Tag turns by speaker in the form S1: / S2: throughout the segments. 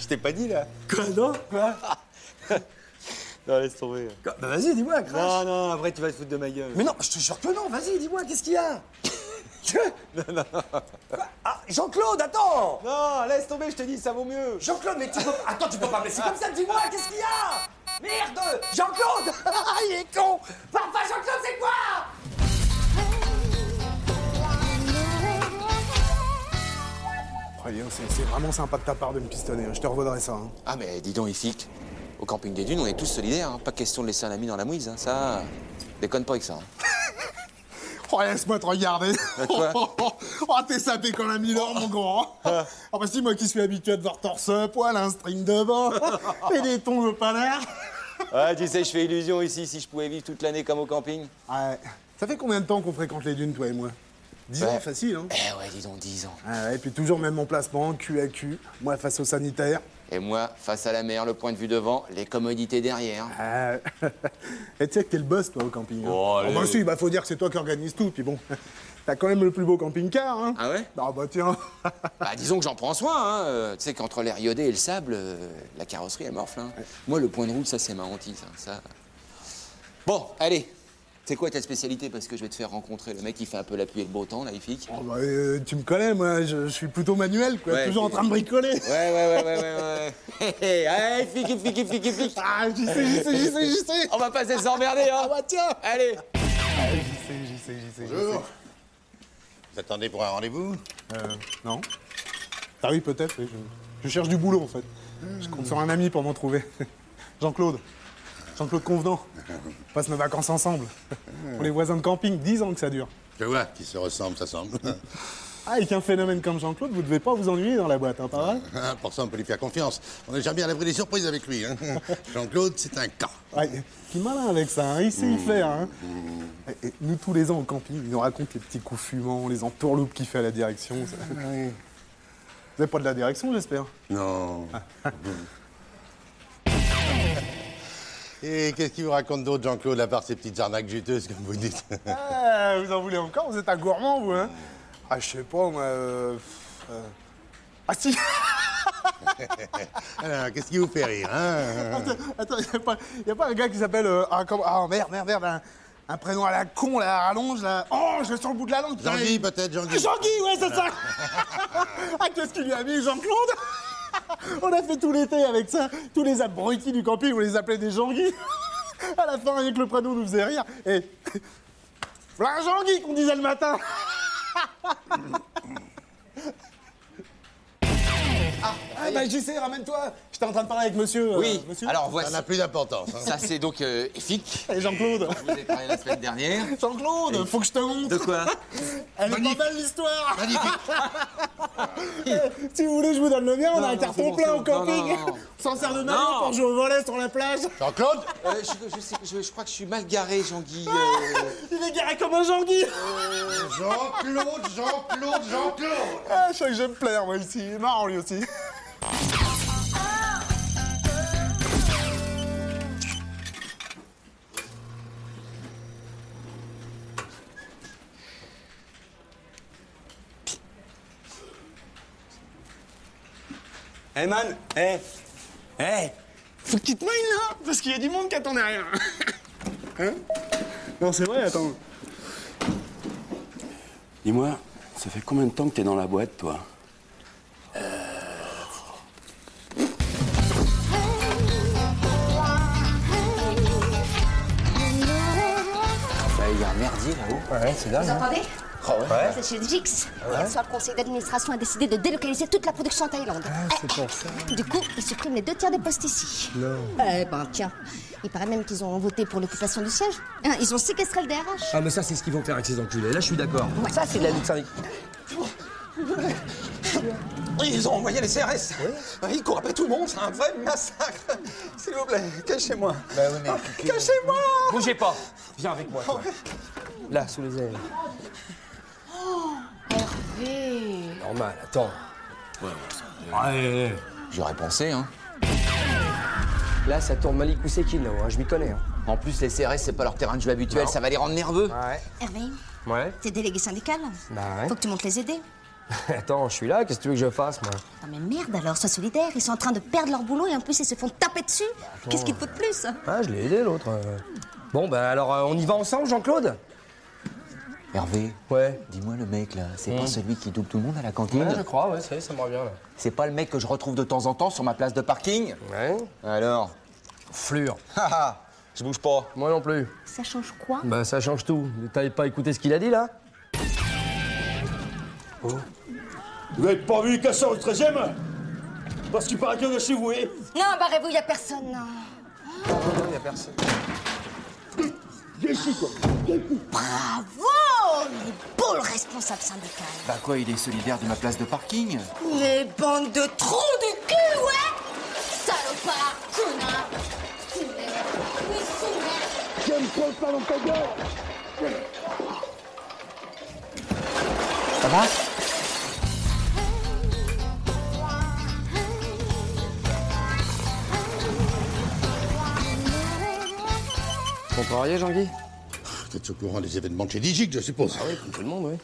S1: Je t'ai pas dit là
S2: Quoi Non
S1: Quoi Non, laisse tomber.
S2: Quoi Bah vas-y, dis-moi,
S1: Non,
S2: crache.
S1: non, après tu vas te foutre de ma gueule.
S2: Mais non, je te jure que non, vas-y, dis-moi, qu'est-ce qu'il y a
S1: Non, non,
S2: Quoi Ah, Jean-Claude, attends
S1: non, laisse tomber, je te dis, ça vaut mieux.
S2: Jean-Claude, mais tu peux... Attends, tu peux pas me laisser comme ça, dis-moi, qu'est-ce qu'il y a Merde Jean-Claude Ah, Il est con Papa, Jean-Claude, c'est quoi
S3: Oh, dis donc, c'est c'est vraiment sympa de ta part de me pistonner. hein. Je te revaudrai ça. hein.
S1: Ah, mais dis donc, Ifik, au camping des dunes, on est tous solidaires. hein. Pas question de laisser un ami dans la mouise, hein. ça. euh, Déconne pas avec ça. hein.
S3: Oh, laisse-moi te regarder.
S1: quoi
S3: oh, t'es sapé comme un milord, mon grand. Ah, bah si, moi qui suis habitué à te voir torse poil, un string devant, et des tongs au panair.
S1: Ouais, tu sais, je fais illusion ici. Si je pouvais vivre toute l'année comme au camping.
S3: Ouais. Ça fait combien de temps qu'on fréquente les dunes, toi et moi 10 ans,
S1: Ouais.
S3: facile, hein
S1: Eh ouais, dis donc, 10 ans.
S3: Ah ouais, et puis toujours même emplacement, cul à cul, moi face au sanitaire.
S1: Et moi, face à la mer, le point de vue devant, les commodités derrière.
S3: Ah, et tu sais que t'es le boss, toi, au camping. hein.
S1: Oh, allez.
S3: bah si, bah faut dire que c'est toi qui organise tout, puis bon, t'as quand même le plus beau camping-car, hein
S1: Ah ouais
S3: Ah bah tiens
S1: Bah, disons que j'en prends soin, hein. euh, Tu sais qu'entre l'air iodé et le sable, euh, la carrosserie, elle morfle, hein. Moi, le point de route, ça, c'est ma hantise, hein, ça. Bon, allez. C'est quoi ta spécialité Parce que je vais te faire rencontrer le mec qui fait un peu la pluie et le beau temps, là, Ifik.
S3: Oh bah, euh, tu me connais, moi, je, je suis plutôt manuel, quoi,
S1: Ouais,
S3: toujours en
S1: t'es-
S3: train de bricoler.
S1: Ouais, ouais, ouais, ouais, ouais, ouais. Hé, hé, allez, Ifik, Ifik, Ifik, Ifik.
S3: Ah, j'y sais, j'y sais, j'y sais, j'y sais
S1: On va pas se s'emmerder, hein. bah, tiens Allez
S3: Ah, J'y sais, j'y sais, j'y sais, j'y sais.
S4: Bonjour. Vous attendez pour un rendez-vous
S3: Euh, non Ah oui, peut-être, oui, je, je cherche du boulot, en fait. Je compte sur un ami pour m'en trouver. Jean-Claude. Jean-Claude Convenant. On passe nos vacances ensemble. Pour les voisins de camping, 10 ans que ça dure.
S4: Je vois, qui se ressemble, ça semble.
S3: Ah, avec un phénomène comme Jean-Claude, vous devez pas vous ennuyer dans la boîte, hein, pas vrai
S4: Ah, Pour ça, on peut lui faire confiance. On est jamais à l'abri des surprises avec lui. hein. Jean-Claude, c'est un camp.
S3: Ouais, qui malin avec ça, hein, il sait y faire. Hein. Et- et nous, tous les ans au camping, il nous raconte les petits coups fumants, les entourloupes qu'il fait à la direction. ça. Vous n'avez pas de la direction, j'espère
S4: Non. Et qu'est-ce qu'il vous raconte d'autre, Jean-Claude, à part ces petites arnaques juteuses, comme vous dites
S3: Ah, Vous en voulez encore Vous êtes un gourmand, vous, hein Ah, je sais pas, moi... euh, pff, euh, Ah si
S4: Alors, qu'est-ce qui vous fait rire hein
S3: Attends, il n'y a, pas un gars qui s'appelle... euh, ah, comme- ah, merde, merde, merde, un, un prénom à la con, là, à rallonge, là... Oh, je le sens le bout de la langue putain,
S4: Jean-Guy, Ah,
S3: il-
S4: peut-être, Jean-Guy
S3: Jean-Guy, ouais, c'est ça Ah, qu'est-ce qu'il lui a mis, Jean-Claude On a fait tout l'été avec ça. Tous les abrutis du camping, on les appelait des Jean-Guy. À la fin, rien que le prénom nous faisait rire. Et... Voilà un Jean-Guy qu'on disait le matin Ah, bah JC, ramène-toi J'étais en train de parler avec monsieur. euh,
S1: Oui,
S3: monsieur.
S1: alors
S4: Ça
S1: voici.
S4: n'a plus d'importance. hein.
S1: Ça, c'est donc euh, Ifik.
S3: Et Jean-Claude
S1: Je vous ai parlé la semaine dernière.
S3: Jean-Claude, faut que je te montre.
S1: quoi
S3: Elle est pas belle l'histoire
S4: Magnifique.
S3: Si vous voulez, je vous donne le mien, on
S1: Non,
S3: a un
S1: non, c'est
S3: carton
S1: bon,
S3: plein
S1: c'est
S3: au
S1: bon.
S3: camping.
S1: Non, non, non.
S3: On s'en sert de maillot
S1: Non.
S3: pour jouer au volet sur la plage.
S4: Jean-Claude
S1: Euh, je, je sais- je- je crois que je suis mal garé, Jean-Guy. euh.
S3: Il est garé comme un Jean-Guy.
S4: Euh, Jean-Claude, Jean-Claude, Jean-Claude
S3: Ah, je crois que j'aime plaire, moi, ici. Il est marrant, lui aussi.
S2: Hé Eh, man Hé Hé Faut que tu te mouilles là Parce qu'il y a du monde qui attend derrière
S3: Hein Non, c'est vrai, attends.
S5: Dis-moi, ça fait combien de temps que t'es dans la boîte, toi
S1: Bah, il y a un merde. Vas-y, là-haut.
S3: Ouais, c'est dingue.
S6: Vous entendez
S1: Ah ouais.
S6: C'est chez Jix. Hier soir, le conseil d'administration a décidé de délocaliser toute la production en Thaïlande. Eh,
S3: c'est pour ça.
S6: Du coup, ils suppriment les deux tiers des postes ici. Non. Eh ben, tiens. Il paraît même qu'ils ont voté pour l'occupation du siège. Hein, Ils ont séquestré le DRH.
S2: Ah, mais ça, c'est ce qu'ils vont faire avec ces enculés. Là, je suis d'accord. Ça, c'est de la lutte syndicale.
S1: Ils ont envoyé les CRS. Ah, Ils courent après tout le monde, c'est un vrai massacre. S'il vous plaît, cachez-moi. Bah oui, mais... Cachez-moi
S2: Bougez pas. Viens avec moi, toi. Là, sous les ailes.
S6: Hervé.
S2: Normal, attends.
S1: J'aurais pensé, hein.
S2: Là, ça tourne Malik Ousekine, là-haut. hein, Je m'y connais. hein.
S1: En plus, les CRS, c'est pas leur terrain de jeu habituel, ça va les rendre nerveux.
S6: Hervé,
S2: Ouais.
S6: t'es délégué syndical
S2: Bah ouais.
S6: Faut que tu montes les aider.
S2: Attends, je suis là. Qu'est-ce que tu veux que je fasse, moi
S6: Non mais merde alors, sois solidaire. Ils sont en train de perdre leur boulot et en plus ils se font taper dessus. Qu'est-ce qu'il faut de plus hein
S2: Ah, je l'ai aidé, l'autre. euh. Bon, bah alors, euh, on y va ensemble, Jean-Claude
S1: Hervé,
S2: Ouais. Hmm.
S1: dis-moi le mec, là, c'est pas celui qui double tout le monde à la cantine
S2: Ouais, je crois, ouais, ça y est, ça me revient, là.
S1: C'est pas le mec que je retrouve de temps en temps sur ma place de parking
S2: Ouais.
S1: Alors
S2: Flure.
S1: Haha, je bouge pas.
S2: Moi non plus.
S6: Ça change quoi
S2: Bah, ça change tout. T'avais pas écouté ce qu'il a dit, là
S7: Vous n'avez pas vu les casseurs du 13 e Parce qu'il paraît qu'il y en a chez vous, hein
S6: Non, barrez-vous, y a personne. non.
S1: Y a personne.
S6: Bravo Il est beau le responsable syndical.
S1: Bah quoi, il est solidaire de ma place de parking
S6: Les bandes de trous de cul, ouais Salopard, connard Souverain, oui, souverain.
S1: Ça va
S2: Contrarié, Jean-Guy
S4: Vous êtes au courant des événements de chez Digic, je suppose.
S2: Ah Oui, comme tout le monde, oui.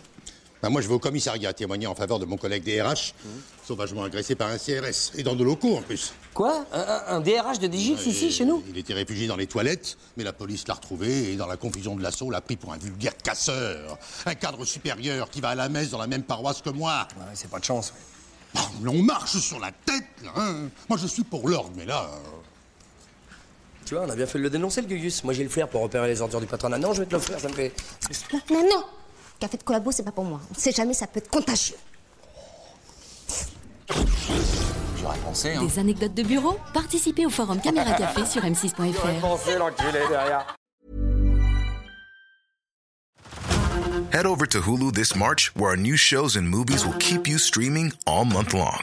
S4: Bah, moi, je vais au commissariat témoigner en faveur de mon collègue DRH,
S2: Mhm.
S4: sauvagement agressé par un CRS, et dans nos locaux en plus.
S2: Quoi un, un- un DRH de Digix ici,
S4: Et
S2: chez nous
S4: Il était réfugié dans les toilettes, mais la police l'a retrouvé et dans la confusion de l'assaut l'a pris pour un vulgaire casseur. Un cadre supérieur qui va à la messe dans la même paroisse que moi.
S2: Ouais, c'est pas de chance.
S4: Oh, mais on marche sur la tête, là, hein. Moi, je suis pour l'ordre, mais là... euh,
S2: Tu vois, on a bien fait de le dénoncer, le Gugus. Moi, j'ai le flair pour repérer les ordures du patronat. Non, je vais te l'offrir, ça me fait...
S6: Non, non, non Café de collabo, c'est pas pour moi. On sait jamais, ça peut être contagieux.
S1: J'aurais pensé, hein.
S8: Des anecdotes de bureau Participez au forum Caméra Café sur m6.fr.
S2: pensé, l'enculé, derrière.
S9: Head over to Hulu this March, where our new shows and movies will keep you streaming all month long.